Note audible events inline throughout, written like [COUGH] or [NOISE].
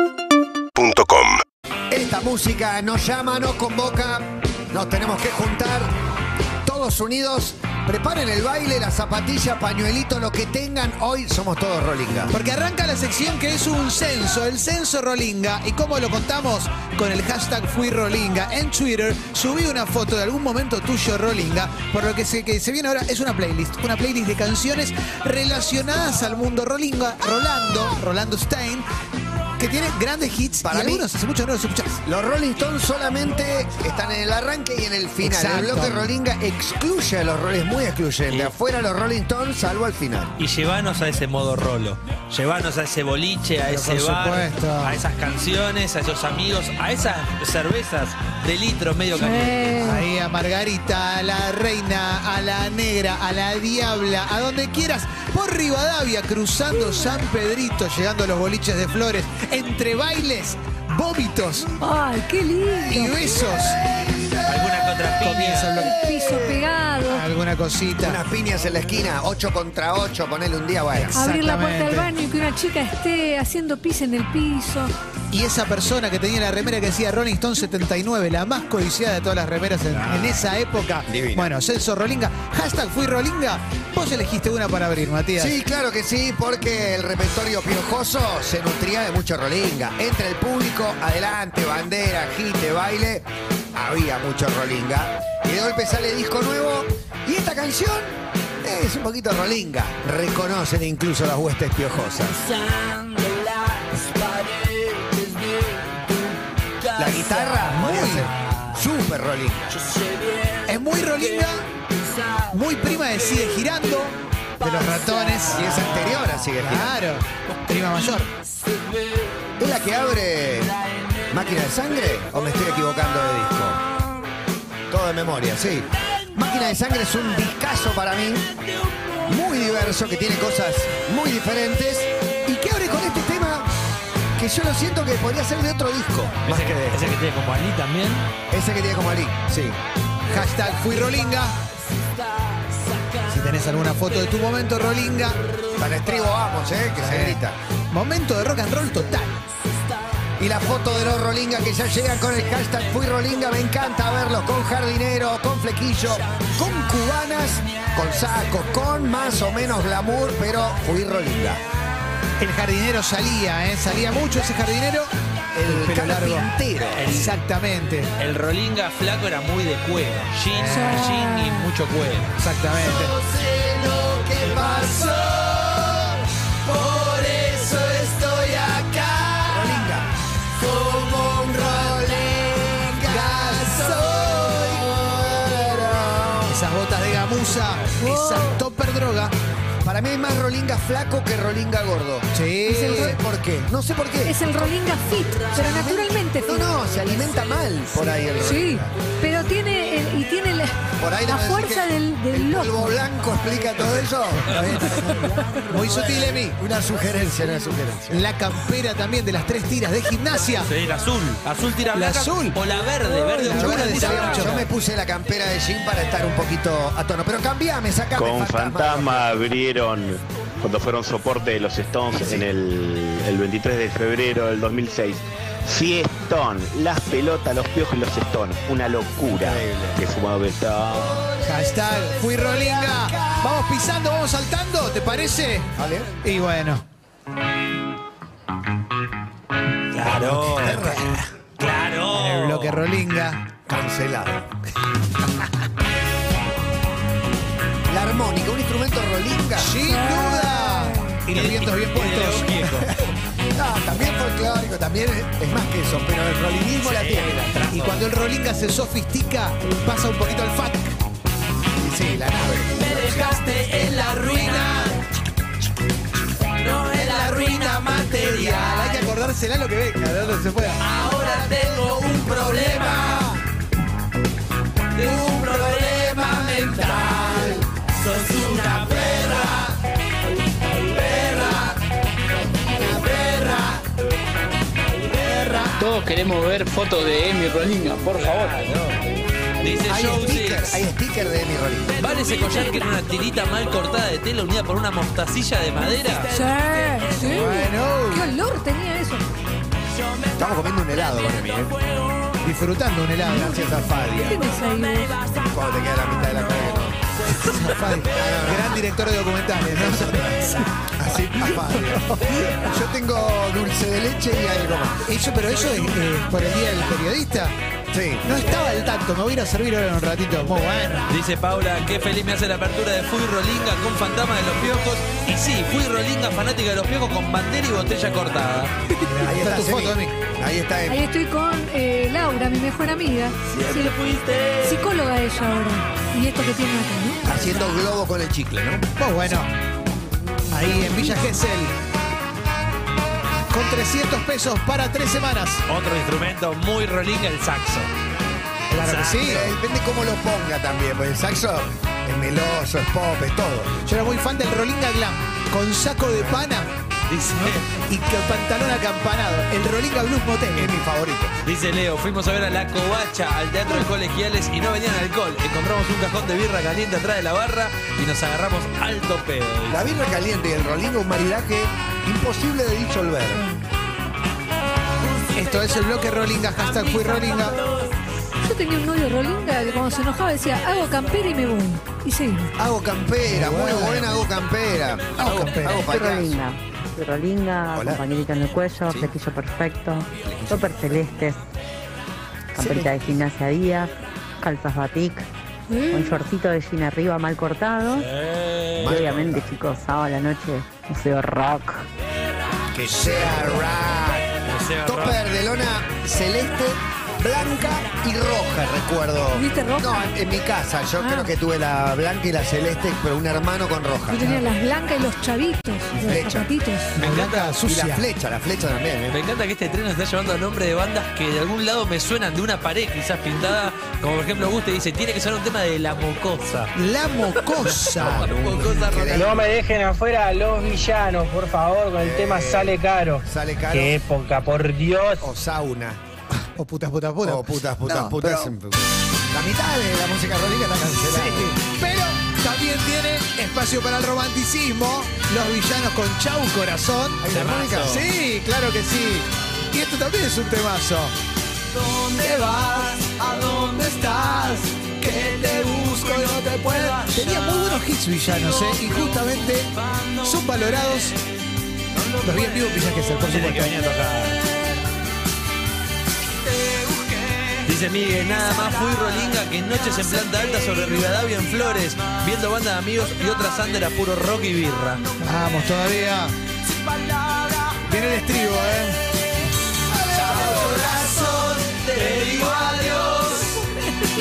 UrbanaPlayFM.com Esta música nos llama, nos convoca, nos tenemos que juntar. Todos unidos, preparen el baile, la zapatilla, pañuelito, lo que tengan. Hoy somos todos Rolinga. Porque arranca la sección que es un censo, el censo Rolinga. ¿Y cómo lo contamos? Con el hashtag Fui Rolinga. En Twitter subí una foto de algún momento tuyo Rolinga. Por lo que se, que se viene ahora es una playlist. Una playlist de canciones relacionadas al mundo Rolinga. Rolando, Rolando Stein, que tiene grandes hits. Para y mí- algunos hace mucho no los escuchás. Los Rolling Stones solamente están en el arranque y en el final. El Exacto. bloque Rolinga excluye a los Rolling, es muy excluyente. Afuera los Rolling Stones, salvo al final. Y llevanos a ese modo rolo. Llevanos a ese boliche, a ese por bar, supuesto. a esas canciones, a esos amigos, a esas cervezas de litro medio caliente. Ahí a Margarita, a la reina, a la negra, a la diabla, a donde quieras, por Rivadavia, cruzando San Pedrito, llegando a los boliches de flores, entre bailes, vómitos ¡Ay, qué y lindo! besos. Alguna Comienza el contrapiña. bloque. Piso pegado. Alguna cosita. Unas piñas en la esquina, 8 contra 8, ponele un día, bueno. Abrir la puerta Exactamente. del baño y que una chica esté haciendo pis en el piso. Y esa persona que tenía la remera que decía Rolling Stone 79, la más codiciada de todas las remeras en, en esa época. Divina. Bueno, Celso Rolinga, hashtag fui Rolinga. Vos elegiste una para abrir, Matías. Sí, claro que sí, porque el repertorio piojoso se nutría de mucho rolinga. Entre el público, adelante, bandera, gite, baile, había mucho rolinga. Y de golpe sale disco nuevo y esta canción es un poquito rolinga. Reconocen incluso las huestes piojosas. La guitarra, muy súper rolinga. Es muy rolinga, muy prima de Sigue Girando, de los ratones. Y es anterior a Sigue Girando. Claro, prima mayor. ¿Es la que abre Máquina de Sangre o me estoy equivocando de disco? Todo de memoria, sí. Máquina de Sangre es un discazo para mí, muy diverso, que tiene cosas muy diferentes y que abre con este tema que yo lo siento que podría ser de otro disco. Más Ese que que, de este. ese que tiene como Ali también. ese que tiene como Ali, sí. Hashtag fui Rolinga. Si tenés alguna foto de tu momento Rolinga, Para estribo vamos, ¿eh? Que se grita. momento de rock and roll total. Y la foto de los Rolinga que ya llegan con el hashtag Fui Rolinga, me encanta verlos con jardinero, con flequillo, con cubanas, con saco, con más o menos glamour, pero Fui Rolinga. El jardinero salía, ¿eh? salía mucho ese jardinero. El pelo largo. carpintero. Exactamente, El Rolinga flaco era muy de cuero. Jean, Sí. jean y mucho cuero. exactamente. sé lo que pasó, por eso estoy acá. Rolinga. Como un Rolinga soy. Esas botas de gamuza, Oh. esas topper droga. Para mí hay más Rolinga flaco que Rolinga gordo. Sí, No sé por qué. No sé por qué. Es el Rolinga fit, pero naturalmente No, fit. no, se alimenta mal por ahí el Sí, Rolinga. pero tiene el- y tiene la, Por ahí la debe decir fuerza que del, del el polvo loco. blanco explica todo eso. Está bien. muy sutil, Emi. una sugerencia, una sugerencia. La campera también de las tres tiras de gimnasia. Sí, el azul. Azul tira La blanca. azul. O la verde, verde La oscura verde, tira sí, blanca. mucho. Yo me puse la campera de Jim para estar un poquito a tono. Pero cambiame, sacame. Con Fantasma abrieron cuando fueron soporte de los Stones en el, el 23 de febrero del 2006. Fiestón, las pelotas, los piojos y los Stones. Una locura. Qué fumado que está. Hashtag fui Rolinga. Vamos pisando, vamos saltando, ¿te parece? Vale. Y bueno, Claro. Claro. el bloque Rolinga. Cancelado. La armónica, un instrumento rolinga. Sin duda. Y los vientos bien puestos. Y de León Gieco. Ah, también folclórico, también es más que eso, pero el rolingismo la tiene. Y cuando el Rolinga se sofistica, pasa un poquito al funk. Y sí, la nave. dejaste en la ruina. No en la ruina material. Hay que acordársela lo que venga, de donde se pueda. Ahora tengo un problema. Un problema mental. Sos una perra. Todos queremos ver fotos de Emi Rolinga, por favor. Dice Hay Joe sticker, Six. hay sticker de Emi Rolinga. Vale ese collar que era una tirita mal cortada de tela unida por una mostacilla de madera. Sí, sí. Bueno, olor tenía eso. Estamos comiendo un helado con Emi, ¿eh? Disfrutando un helado. Gracias a ¿Qué Fadia. tenés ahí vos? Cuando te queda la mitad de la cara que Fadi, Gran director de documentales, ¿no? no. Así a Fadia. Yo tengo dulce de leche y algo más. Eso, pero eso es eh, por el día del periodista. Sí. No estaba al tanto, me voy a ir a servir ahora en un ratito. Muy bueno. Dice Paula, qué feliz me hace la apertura de Fui Rolinga con Fantasma de los Piojos. Y sí, Fui Rolinga fanática de los Piojos con bandera y botella cortada. Ahí está, tu Emi. foto, Emi. Ahí está Ahí Emi. estoy con eh, Laura, mi mejor amiga. Sí, psicóloga ella ahora. Y esto que tiene acá, ¿no? Haciendo globo con el chicle, ¿no? Muy bueno. Ahí en Villa Gesell. Con 300 pesos para tres semanas. Otro instrumento muy Rolinga, el saxo. Claro que sí. Sí, Eh, depende cómo lo ponga también, porque el saxo es meloso, es pop, es todo. Yo era muy fan del Rolinga Glam. Con saco de pana Dice, y con pantalón acampanado. El Rolinga Blues Motel. Es mi favorito. dice Leo, fuimos a ver a La Covacha al Teatro de Colegiales y no venían alcohol. Encontramos un cajón de birra caliente atrás de la barra y nos agarramos alto pedo. La birra caliente y el rolingo un maridaje imposible de disolver. Esto es el bloque Rolinga. Hashtag fui Rolinga. Yo tenía un novio Rolinga que cuando se enojaba decía, hago campera y me voy. Y seguimos. Hago campera, muy buena hago campera. Hago campera. Hago Soy payaso. Rolinda, soy Rolinda, Hola. compañerita en el cuello, Sí. flequillo perfecto, topper celestes, camperita de gimnasia Díaz, calzas batik, un shortito de jean arriba mal cortado. Y Mm. Mal obviamente, chicos, sábado a la noche, museo rock. Que sea rock. Museo Topper de lona celeste, blanca y roja, recuerdo. ¿Tuviste roja? No, en, en mi casa. Yo Ah. creo que tuve la blanca y la celeste, pero un hermano con roja. Yo tenía las blancas y los chavitos, los Flecha. zapatitos. Me encanta, Y la flecha, la flecha también. ¿eh? me encanta que este tren nos está llevando a nombre de bandas que de algún lado me suenan de una pared quizás pintada, como por ejemplo Guste dice, tiene que ser un tema de la mocosa. La mocosa. Mocosa rock. No me dejen afuera a los villanos, por favor, con el tema Sale Caro. Sale caro. Qué época, por Dios. O sauna. O putas, putas, putas. Oh, putas, putas, No, putas. pero- La mitad de la música rolinga está cancelada. Pero también tiene espacio para el romanticismo. Los villanos con Chau Corazón. ¿Hay una Temazo. Mónica? Sí, claro que sí. Y esto también es un temazo. ¿Dónde vas? ¿A dónde estás? Que te busco y no te puedo. Tenía muy buenos hits villanos, ¿eh? Y justamente son valorados. Los vi en vivo en Villa Gesell, por Tiene que supuesto. venir a tocar. Dice Miguel, nada más fui rolinga que en noches en planta alta sobre Rivadavia en Flores, viendo banda de amigos y otra Sander a puro rock y birra. Vamos todavía. Viene el estribo, ¿eh? Te digo adiós,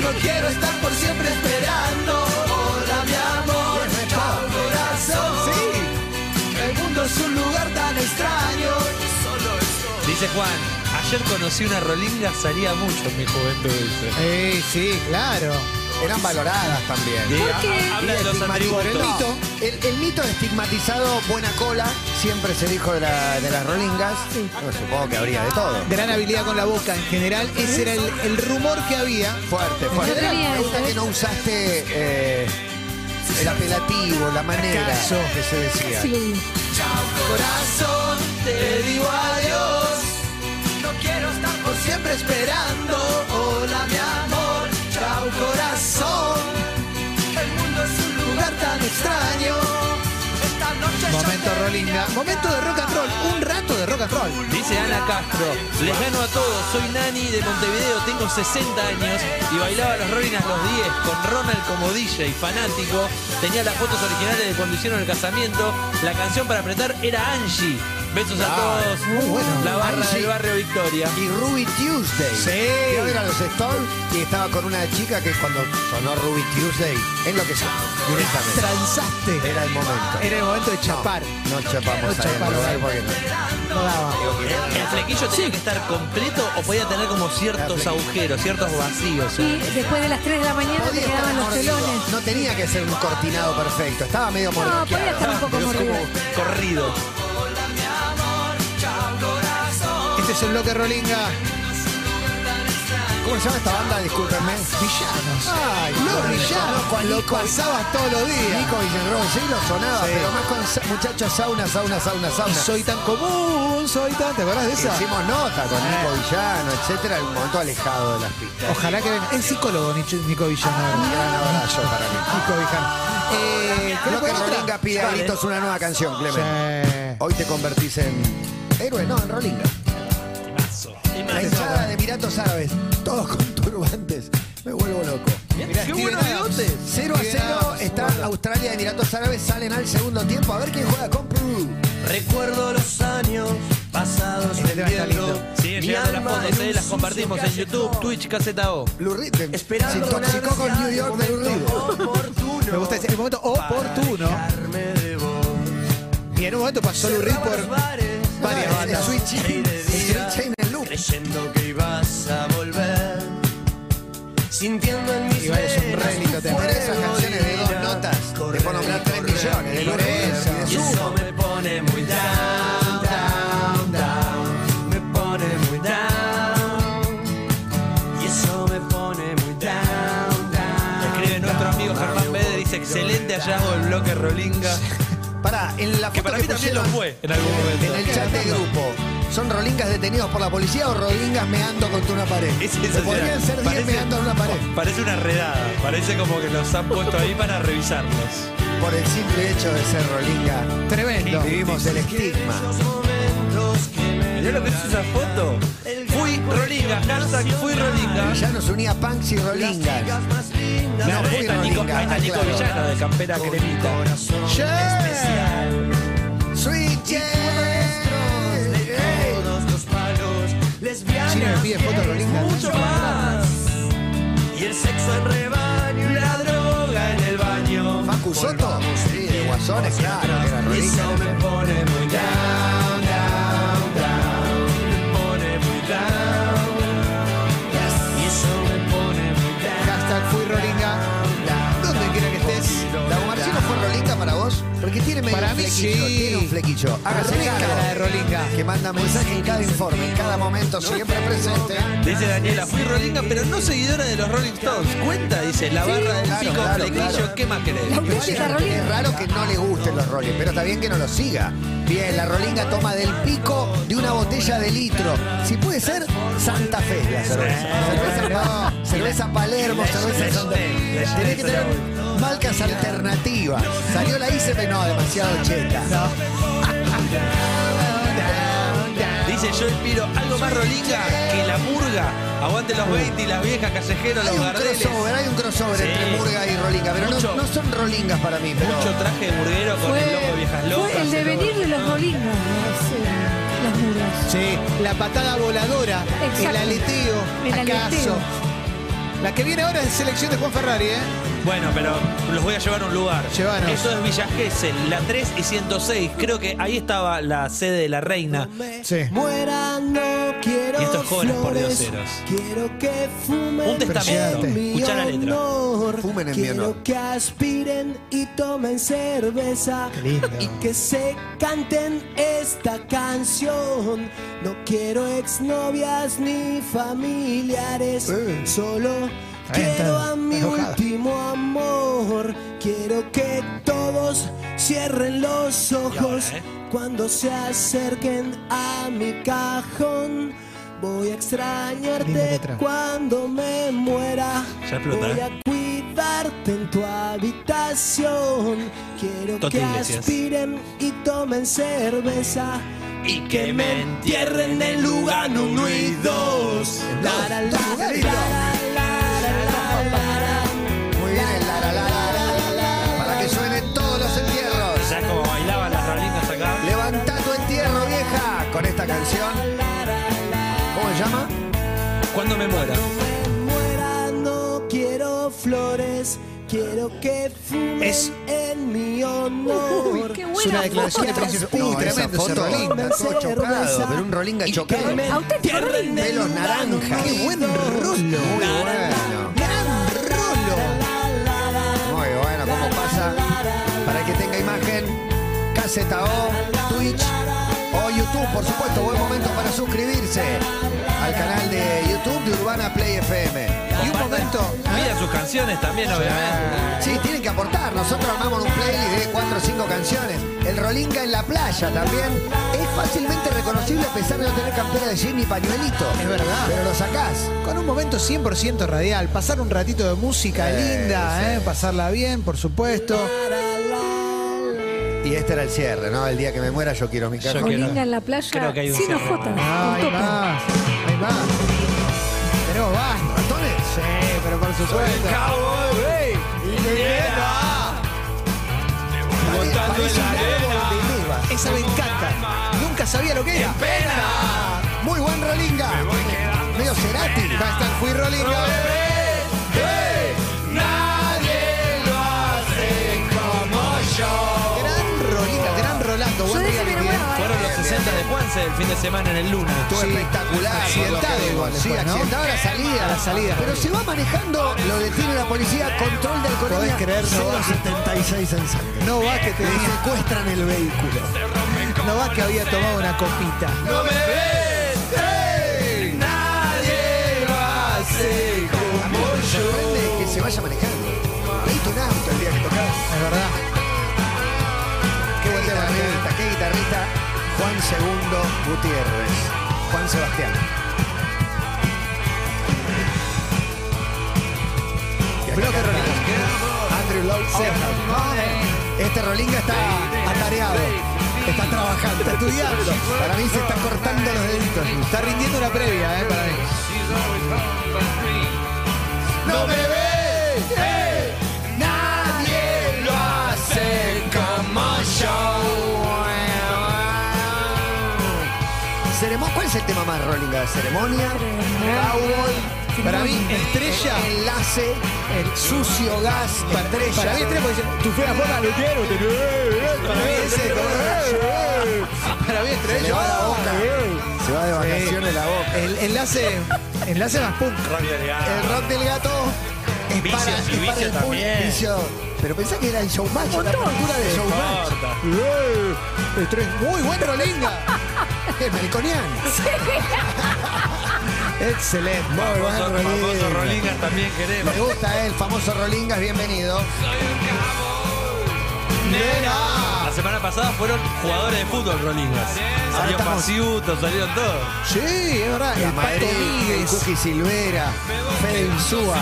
no quiero estar por siempre esperando. Hola mi amor, chao corazón. El mundo es un lugar tan extraño. Dice Juan, ayer conocí una rolinga, salía mucho en mi juventud. Sí, dice. sí, claro. Eran valoradas también. Diga, ¿Por qué? ha- Habla de los Estigmatizado. atributos. No, El, el mito estigmatizado, buena cola, siempre se dijo de, la- de las rolingas. Bueno, supongo que habría de todo. Gran habilidad con la boca en general. Ese era el, el rumor que había. Fuerte, fuerte. Yo tenía Me gusta esa, que ¿eh? no usaste eh, el apelativo, la manera Caso. que se decía. Casi lo digo. Corazón, te digo adiós. No quiero estar por siempre esperando. Hola, mi amor. Chao, corazón. El mundo es un lugar tan extraño. Esta noche Momento rolinga. Momento de rock and roll. Un rato de rock and roll. Dice Ana Castro, les gano a todos, soy Nani de Montevideo, tengo 60 años y bailaba los Rolling a los 10 con Ronald como DJ, fanático, tenía las fotos originales de cuando hicieron el casamiento, la canción para apretar era Angie. Besos a todos, bueno. la barra Angie. del barrio Victoria. Y Ruby Tuesday. Sí. Yo era los Stones y estaba con una chica que cuando sonó Ruby Tuesday, en lo que se directamente. Transaste. Era el momento. Era el momento de chapar. No chapamos No ahí en el chapamos. lugar porque no. No daba. ¿El flequillo tenía que estar completo o podía tener como ciertos agujeros, ciertos vacíos? Y después de las 3 de la mañana te Podía estar quedaban los mordido. telones. No tenía que ser un cortinado perfecto. Estaba medio No, podía mordido. estar un poco Pero mordido. como corrido. Este es el bloque rolinga. ¿Cómo se llama esta banda? Discúlpenme. Villanos. Ay, Los bueno, villanos, conozco a cuando Nico- pasabas todos los días. Nico Villenroy, sí, lo sonaba, Sí. pero más con sa- muchachos sauna, sauna, sauna, Y sauna. soy tan común, soy tan. ¿Te acordás de esa? Hicimos nota con Nico Villano, etcétera, en un momento alejado de las pistas. Ojalá que venga. Es psicólogo, Nicho- Nico Villano. Un gran abrazo para mí. Nico Villano. Eh, creo Lo que que otra. Rolinga pide a Vale. gritos una nueva canción, Clemente. Sí. Hoy te convertís en héroe, no, en Rolinga. La hinchada de Emiratos Árabes, todos con turbantes. Me vuelvo loco. Mirá, ¡Qué Steven buenos Adams. bigotes! 0 a 0 Adams, está Australia y Emiratos Árabes, salen al segundo tiempo. A ver quién juega con Perú. Recuerdo los años pasados Este tema está viviendo lindo. Siguen mi llegando alma las fotos, en eh, un las compartimos en sucio YouTube, callejón. Twitch, KZO. Blue Ri- te- se Esperando intoxicó con New York de Blue Ri. Me gusta ese el momento oportuno. Y en un momento pasó Lurid por. varias Ah, el bandas. Switch in, el switch in el loop. Creyendo que ibas a volver. Sintiendo en mis Igual es un re venas lindo tu tema. Pero esas fuego canciones de y dos ira. notas, te Correr puedo nombrar y 3 correr millones. De y Lorenzo, correr. de Y eso Sumo. me pone muy down, down, down. Me pone muy down. Y eso me pone muy down, down. Escribe nuestro amigo Germán Beder, dice excelente hallazgo del bloque Rolinga. Pará, en la Que foto para que mí también lo pusieron fue en algún en momento. el chat de grupo, ¿son rolingas detenidos por la policía o rolingas meando contra una pared? [LAUGHS] Es O Podrían sensacional. ser 10 Parece- meando en una pared. Parece una redada, parece como que los han puesto ahí para revisarlos. Por el simple hecho de ser rolinga, Tremendo. vivimos el estigma. Mirá lo que es esa foto. Fui Rolinga, hashtag fui Rolinga. Ya nos unía punks y rolingas. No, Claro, ahí fui está Nico, ahí rolinga. está Nico aclaro. Villano de Campera Cremita. Yeah. Switch. Ey. Todos los palos, lesbianas. Chino me pide fotos rolingas. mucho más. Y el sexo en rebaño y la droga en el baño. Facu Soto. Sí, de Guasones, claro, que era Y eso rolinga. me pone muy down, down, down. Me pone muy down. Y eso me pone muy down. Hashtag fui Rolinga. ¿Dónde quiera que estés? ¿Dagomarcino fue rolinga para vos? Porque tiene medio Para un mí flequillo, sí. tiene un flequillo. Hágase Rolinga, cargo. la de Rolinga. Que manda mensaje en cada informe, en cada momento, siempre presente. Dice Daniela, fui Rolinga, pero no seguidora de los Rolling Stones. Cuenta, dice, la barra del claro, pico, claro, flequillo, claro. ¿qué más querés? La música Es rolinga. raro que no le gusten los roles, pero está bien que no los siga. Bien, la rolinga toma del pico de una botella de litro. Si puede ser, Santa Fe la cerveza. Cerveza, no, cerveza Palermo, cerveza Santa Fe. Tenés que tener marcas alternativas. Salió la ICE, pero no, demasiado cheta. Dice, yo inspiro algo más Rolinga que la murga. Aguante los 20 y las viejas callejeros, Uh. los Hay un gardeles. crossover, hay un crossover Sí. entre murga y rolinga, pero no, Mucho. no son rolingas para mí. Pero... Mucho traje de murguero con el logo de viejas locas. fue el devenir de los rolingas, las, eh, las muras. Sí. La patada voladora. Exacto. El aleteo. El acaso. aleteo. La que viene ahora es selección de Juan Ferrari, ¿eh? Bueno, pero los voy a llevar a un lugar. Llévanos. Eso es Villa Gesell, la 3 y 106. Creo que ahí estaba la sede de la reina. Sí. Muera, no quiero Y estos jóvenes flores, pordioseros. Quiero que fumen Un testamento. en mi Escuchá la letra. honor. Fumen en mi quiero honor. que aspiren y tomen cerveza. lindo. Y que se canten esta canción. No quiero exnovias ni familiares. Eh. Solo Ahí está, quiero a mi está enojada. último amor. Quiero que todos cierren los ojos ahora, eh? cuando se acerquen a mi cajón. Voy a Linda extrañarte letra. cuando me muera. Ya explota, Voy eh. a cuidarte en tu habitación. Quiero Toti que Iglesias. aspiren y tomen cerveza. Y Que me entierren en Lugano 1 y 2. La, la, la, la, la, la, la, la, la. Muy bien, el la, la, la, la, la, la, la, para que suenen todos los entierros. Ya como bailaban las rolingas acá. Levanta tu entierro, vieja, con esta canción. ¿Cómo se llama? Cuando me muera. muera no quiero flores, quiero que fumen Es- en mi honor. Uy, qué Es una buena declaración de foto. principio. Uy, No, esa tremendo, ese foto, Rolinga. todo chocado, pero un rolinga Y chocado. que me Auténtico entierren rolinga. en Pelos naranja. Lugano, Qué buen rolo. Muy bueno. Gran rolo. Muy bueno, ¿cómo pasa? Para que tenga imagen, KZO, Twitch, o YouTube, por supuesto, buen momento para suscribirse al canal de YouTube de Urbana Play FM. Y un momento. Mira sus canciones también, obviamente. Sí, tienen que aportar. Nosotros armamos un playlist de 4 o 5 canciones. El Rolinga en la playa también es fácilmente reconocible a pesar de no tener campera de jean ni pañuelito. Es verdad. Pero lo sacás. Con un momento 100% radial, pasar un ratito de música Sí, linda, sí. ¿eh? pasarla bien, por supuesto. Y este era el cierre, ¿no? El día que me muera yo quiero mi casa. Yo quiero- Rolinga en la playa creo que hay un sin cierre. ojotas. No, con hay tope. más, hay más. Tenemos más. ¿Ratones? Sí, pero por supuesto. Parece en la un árbol de oliva. Esa me encanta. Nunca sabía lo que era. Muy buen Rolinga. Medio Cerati. Hashtag fui Rolinga. Gran Rolinga, gran Rolando. Yo Buen de ese me reality, enamoraba. ¿eh? Fueron los 60 de Juanse el fin de semana en el Luna. Estuvo Sí. espectacular. por lo que Accidentado digo. igual Sí, después, ¿no? accidentado a la salida. A la salida. Pero se va manejando, lo detiene la policía, control de alcohol. Podés creer, no va. 76 en sangre. ¿eh? No va que te Le dije, secuestran el vehículo. no va que había tomado una copita. A mí me sorprende que se vaya manejando. Leíste un auto el día que tocaba. Es verdad. Qué buen guitarrista, qué guitarrista. Juan Segundo Gutiérrez. Juan Sebastián. Y acá Bloque está Andrew Lloyd Este Rolinga está atareado. Está trabajando, está estudiando. Para mí se está cortando los deditos. Está rindiendo una previa, ¿eh? Para mí. ¡No me ves! Nadie lo hace como yo. Ceremo- ¿Cuál es el tema más Rolinga? ¿Ceremonia? ¿Cowboy? Para mí, estrella. Enlace, el sucio gas, estrella. Para mí, tres porque dicen, tu fea forma lo quiero tener. Para mí, ese, como- Para mí, Se estrella. le va la boca. Se va de vacaciones la boca. El enlace, enlace más punk. El rock del gato es Vicios para, y es para vicios el público. también. Vicio. Pero pensá que era el showmatch, la apertura de showmatch. Eh, estrella. Muy buen Rolinga. Es mariconiano. Excelente. Muy buen Famoso- famoso Rolinga. Rolingas también queremos. Me gusta eh, el famoso Rolinga, es bienvenido. Nena. La semana pasada fueron jugadores de fútbol Rolingas. Salieron estamos- Pasiuto, salieron todos. Sí, es verdad. El Pato Madrid, Míguez. Cookie Silvera, Fede Insúa,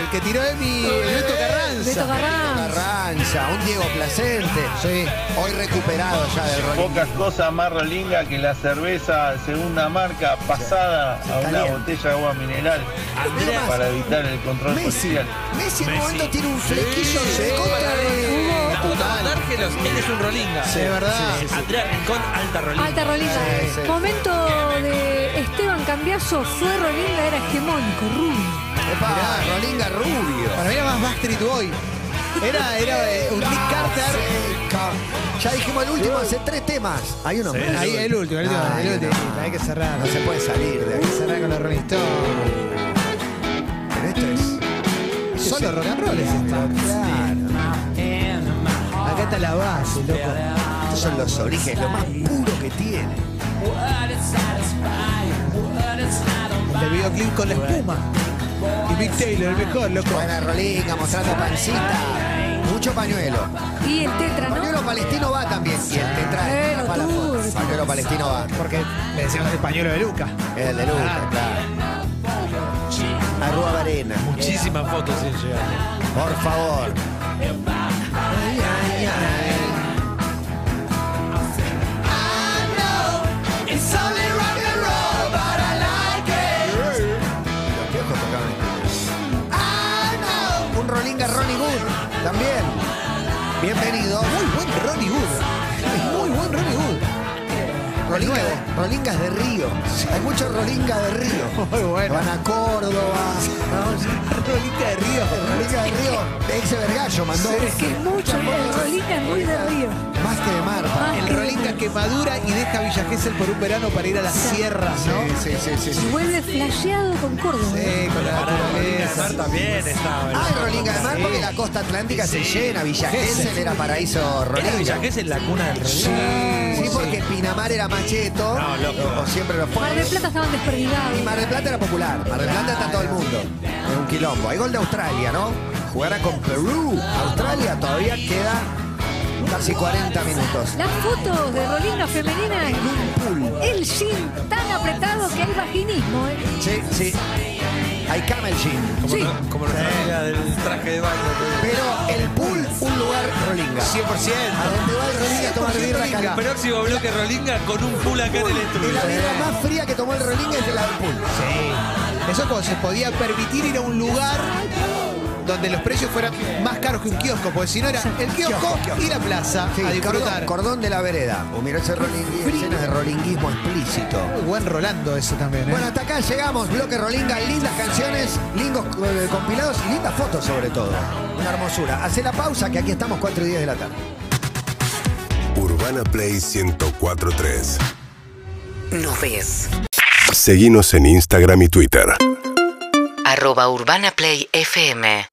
El que tiró de mi Beto Carranza. Beto Garranz. Carranza, un Diego Placente. Sí. Hoy recuperado ya del Rolinga. Pocas cosas más rolinga que la cerveza segunda marca pasada se a una calienta. botella de agua mineral Andrea. para evitar el control Messi, policial. Messi en un momento tiene un flequillo Sí. de contra de... La puta Argelos, él es un Rolinga. Sí, es verdad. Andrea Rincón, alta Rolinga. Alta Rolinga. Sí, sí. Momento de Esteban Cambiaso fue Rolinga, era hegemónico, rubio. Epa, Rolinga rubio. Para mí era más Backstreet Boy. Era, era eh, un Nick Carter. Ya dijimos el último hace tres temas. Hay uno más. Ahí, el último, el último, Ah, el hay último. uno más. Hay que cerrar. No se puede salir de aquí. cerrar con los Rolling Stones. Pero esto es. Solo rock and roll es esto. Claro. Acá está la base, loco. Estos son los orígenes, lo más puro que tiene. El videoclip con la espuma. Y Big Taylor, el mejor, loco. Buena rolinga, mostrando pancita. Mucho pañuelo. Y el tetra, Pañuelo ¿no? palestino va también. Y el tetra. Eh, lo para la foto. tuve. Pañuelo palestino va. Porque le decíamos el pañuelo de Luca. El de Ah. Luca, claro. Arrua Varena. Muchísimas fotos sin llegar. Por favor. Los viejos tocaban esto. Un Rolinga Ronnie Good también. Bienvenido. Muy buen Ronnie Wood. Muy buen Ronnie Wood. Rolinga de- Rolingas de Río. Hay muchos Rolinga de Río. [LAUGHS] Muy bueno. Van a Córdoba. Rolita de Río. Rolinga de Río. De Exe Vergallo mandó. Es que es mucho, el Rolinga es muy de río. Más que de mar. Ah, El qué Rolinga que madura y deja Villa Gesell por un verano para ir a las sierras, ¿no? Sí, sí, sí, sí. Vuelve flasheado con Córdoba. Sí, con la naturaleza. Mar también estaba. Ah, el Rolinga de Mar porque la costa atlántica se llena. Villa Gesell era paraíso Era Rolinga. Villa Gesell la cuna del Rolinga. Sí, porque Pinamar era más macheto. No, loco. O, o siempre los Mar del pobres. Plata estaban Y desperdigados. Mar del Plata era popular. Mar del Plata está todo el mundo. Es un quilombo. Hay gol de Australia, ¿no? Jugará con Perú. Australia todavía queda casi 40 minutos. Las fotos de Rolinga femenina. El jean tan apretado que hay vaginismo. ¿eh? Sí, sí. Hay camel jean. Como, Sí. no- como nuestra amiga del traje de baño. Pero el pool, un lugar rolinga. 100%. A donde va el rolinga a tomar birra El acá. próximo bloque Rolinga con un pool acá en el Y la estudio. birra más fría que tomó el rolinga es la del pool. Eso como se podía permitir ir a un lugar donde los precios fueran más caros que un kiosco, pues. porque si no era el kiosco y la plaza Sí, a cordón, disfrutar. cordón de la vereda. O mirá ese rolingui- escenas de rolinguismo explícito. Muy buen Rolando eso también, ¿eh? Bueno, hasta acá llegamos. Bloque Rolinga, lindas canciones, lindos eh, compilados y lindas fotos sobre todo. Una hermosura. Hace la pausa que aquí estamos 4 y 10 de la tarde. Urbana Play 1043. Nos ves. Seguinos en Instagram y Twitter. Arroba Urbana Play FM.